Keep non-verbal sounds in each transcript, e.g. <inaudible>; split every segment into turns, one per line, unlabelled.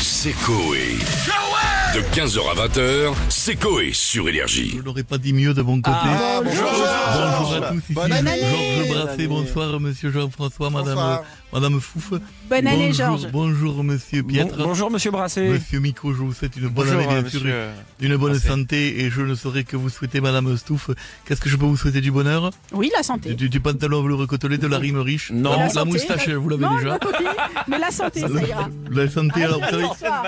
C'est Coé. De 15h à 20h, c'est Coé sur Énergie.
Je n'aurais pas dit mieux de mon côté.
Ah, bah, bonjour, Georges.
bonjour à tous, ici
Bonne année.
Georges Brasset,
Bonne année.
bonsoir Monsieur Jean-François, Madame,
Bonsoir.
euh, Madame Fouf.
Bonne année,
bonjour,
Georges.
Bonjour Monsieur Pietre.
Bon- bonjour hein, Monsieur Brasset.
Monsieur Miko, je vous souhaite une bonne année, bien sûr, une bonne
Brasset.
santé, et je ne saurais que vous souhaiter, Madame Stouff. Qu'est-ce que je peux vous souhaiter du bonheur
Oui, la
du,
santé.
du- du pantalon à velours côtelé, de la rime riche
Non.
la
la,
santé.
moustache, vous l'avez
non, Ah,
déjà.
oui, mais la santé, ça ira.
La santé, alors, vous savez,
Bonsoir.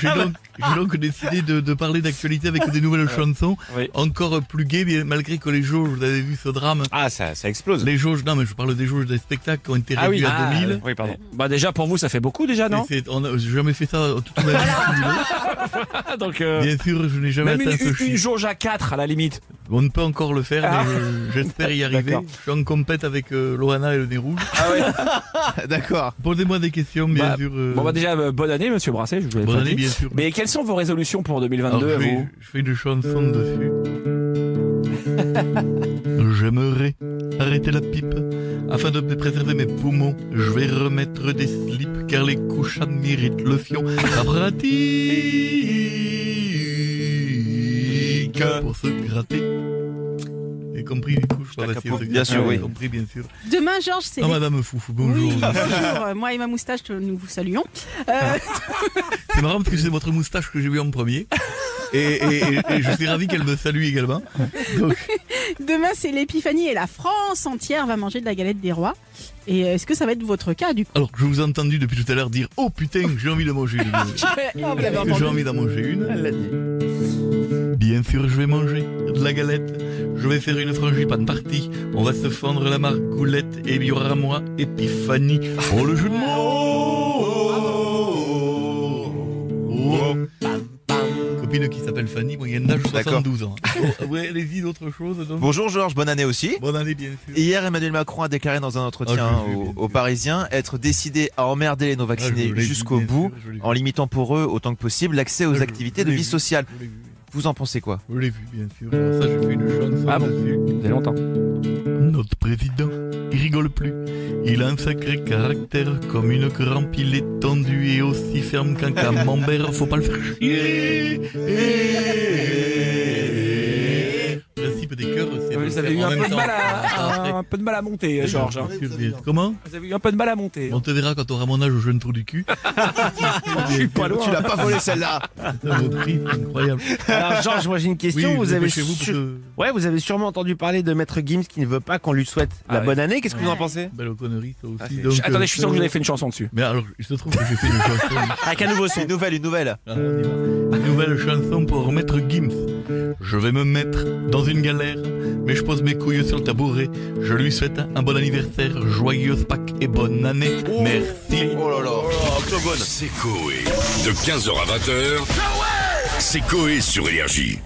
J'ai donc,
bah.
j'ai donc décidé de, de parler d'actualité avec des nouvelles chansons,
Ah. Oui.
encore plus gaies, bien- malgré que les jauges, vous avez vu ce drame,
Ah, ça, ça explose.
les jauges, non mais je parle des jauges des spectacles qui ont été
Ah oui.
réduits à
Ah,
2000.
Oui, pardon.
Bah déjà pour vous ça fait beaucoup déjà
Et
non
c'est- on a- J'ai jamais fait ça toute ma vie.
Ah, Donc euh,
Bien sûr, je n'ai jamais
même une,
atteint ce
une- une
chiffre.
jauge à 4 à la limite.
On ne peut encore le faire,
Ah.
mais je- j'espère y arriver.
D'accord. Ah
Je suis en compète avec euh, Loana et le nez rouge. <laughs>
D'accord.
Posez-moi des questions, bien
Bah,
sûr. euh,
Bon bah déjà euh, bonne année Monsieur Brasset. Je vous l'avais
bonne
pas
année,
dit.
bien sûr.
Mais quelles sont vos résolutions pour 2022
Alors, Ah,
à
je, fais,
vous
je fais une chanson dessus.
Euh. <laughs>
J'aimerais arrêter la pipe afin de préserver mes poumons. Je vais remettre des slips car les couches méritent le fion. La pratique pour se gratter. Et compris du coup, je parle
Chacun
assez
pour-
aux
bien sûr,
experts,
oui.
y compris bien sûr.
Demain, Georges, c'est.
Ah Madame Foufou, bonjour.
Oui, bonjour. Euh, Moi et ma moustache, te- nous vous saluons. Euh,
C'est marrant parce que c'est votre moustache que j'ai vue en
<laughs>
premier. Et, et- et- et je suis ravi qu'elle me salue également. Donc,
demain, c'est l'épiphanie et la France entière va manger de la galette des rois. Et euh, est-ce que ça va être votre cas du coup
Alors que je vous ai entendu depuis tout à l'heure dire Oh putain, j'ai envie de
<laughs>
manger une.
Euh,
j'ai envie d'en manger une.
Elle l'a dit.
Bien sûr, je vais manger de la galette. Je vais faire une frangipane partie. On va se fendre la margoulette. Et il y aura moi, Épiphanie. Pour le jeu de mots. Oh. Copine qui s'appelle Fanny, moi, il y a un âge de
D'accord.
72 ans. <laughs> Oh, ouais, allez-y, d'autres choses. donc.
Bonjour, Georges. Bonne année aussi.
Bonne année, bien sûr.
Hier, Emmanuel Macron a déclaré dans un entretien
Ah, je l'ai vu,
aux,
bien
aux
sûr.
Parisiens être décidé à emmerder les
Ah, je
non-vaccinés
l'ai vu,
jusqu'au
bien
bout,
sûr, je l'ai vu.
en limitant pour eux autant que possible l'accès aux
Ah, je-
activités
je
de
l'ai
vie
vu,
sociale.
je l'ai vu.
Vous en pensez quoi
Je l'ai vu, bien sûr. Alors ça, je fais une chanson
Ah bon
dessus.
Ça fait longtemps.
Notre président, il rigole plus. Il a un sacré caractère, comme une crampe, il est tendu et aussi ferme qu'un camembert. Faut pas le faire chier. Principe des cœurs, c'est.
Vous avez eu un peu de mal à un peu de mal à monter Georges. hein.
Comment
Vous avez eu un peu de mal à monter. hein.
On te verra quand t'auras mon âge au jeune trou du
<laughs>
cul.
Je suis pas loin. hein.
l'as pas volé celle-là
Putain, votre rythme, incroyable.
Alors Georges, moi j'ai une question.
Oui,
vous, avez
chez vous parce
sur-
que.
ouais, vous avez sûrement entendu parler de Maître Gims qui ne veut pas qu'on lui souhaite
Ah
la
ouais.
bonne année. Qu'est-ce que vous en
Ouais.
pensez
Belle connerie, ça aussi.
c'est-
donc,
Je- Ah, Attendez,
euh,
je suis sûr que j'avais fait une chanson dessus.
Mais alors, il se trouve que j'ai fait une chanson.
Avec un nouveau son.
Une nouvelle, une nouvelle.
Ah, on y va. Nouvelle chanson pour Maître Gims. Je vais me mettre dans une galère, mais je pose mes couilles sur le tabouret. Je lui souhaite un bon anniversaire, joyeuse Pâques et bonne année. Merci.
Oh là là,
C'est Coé. De 15h à 20h, c'est Coé sur Énergie.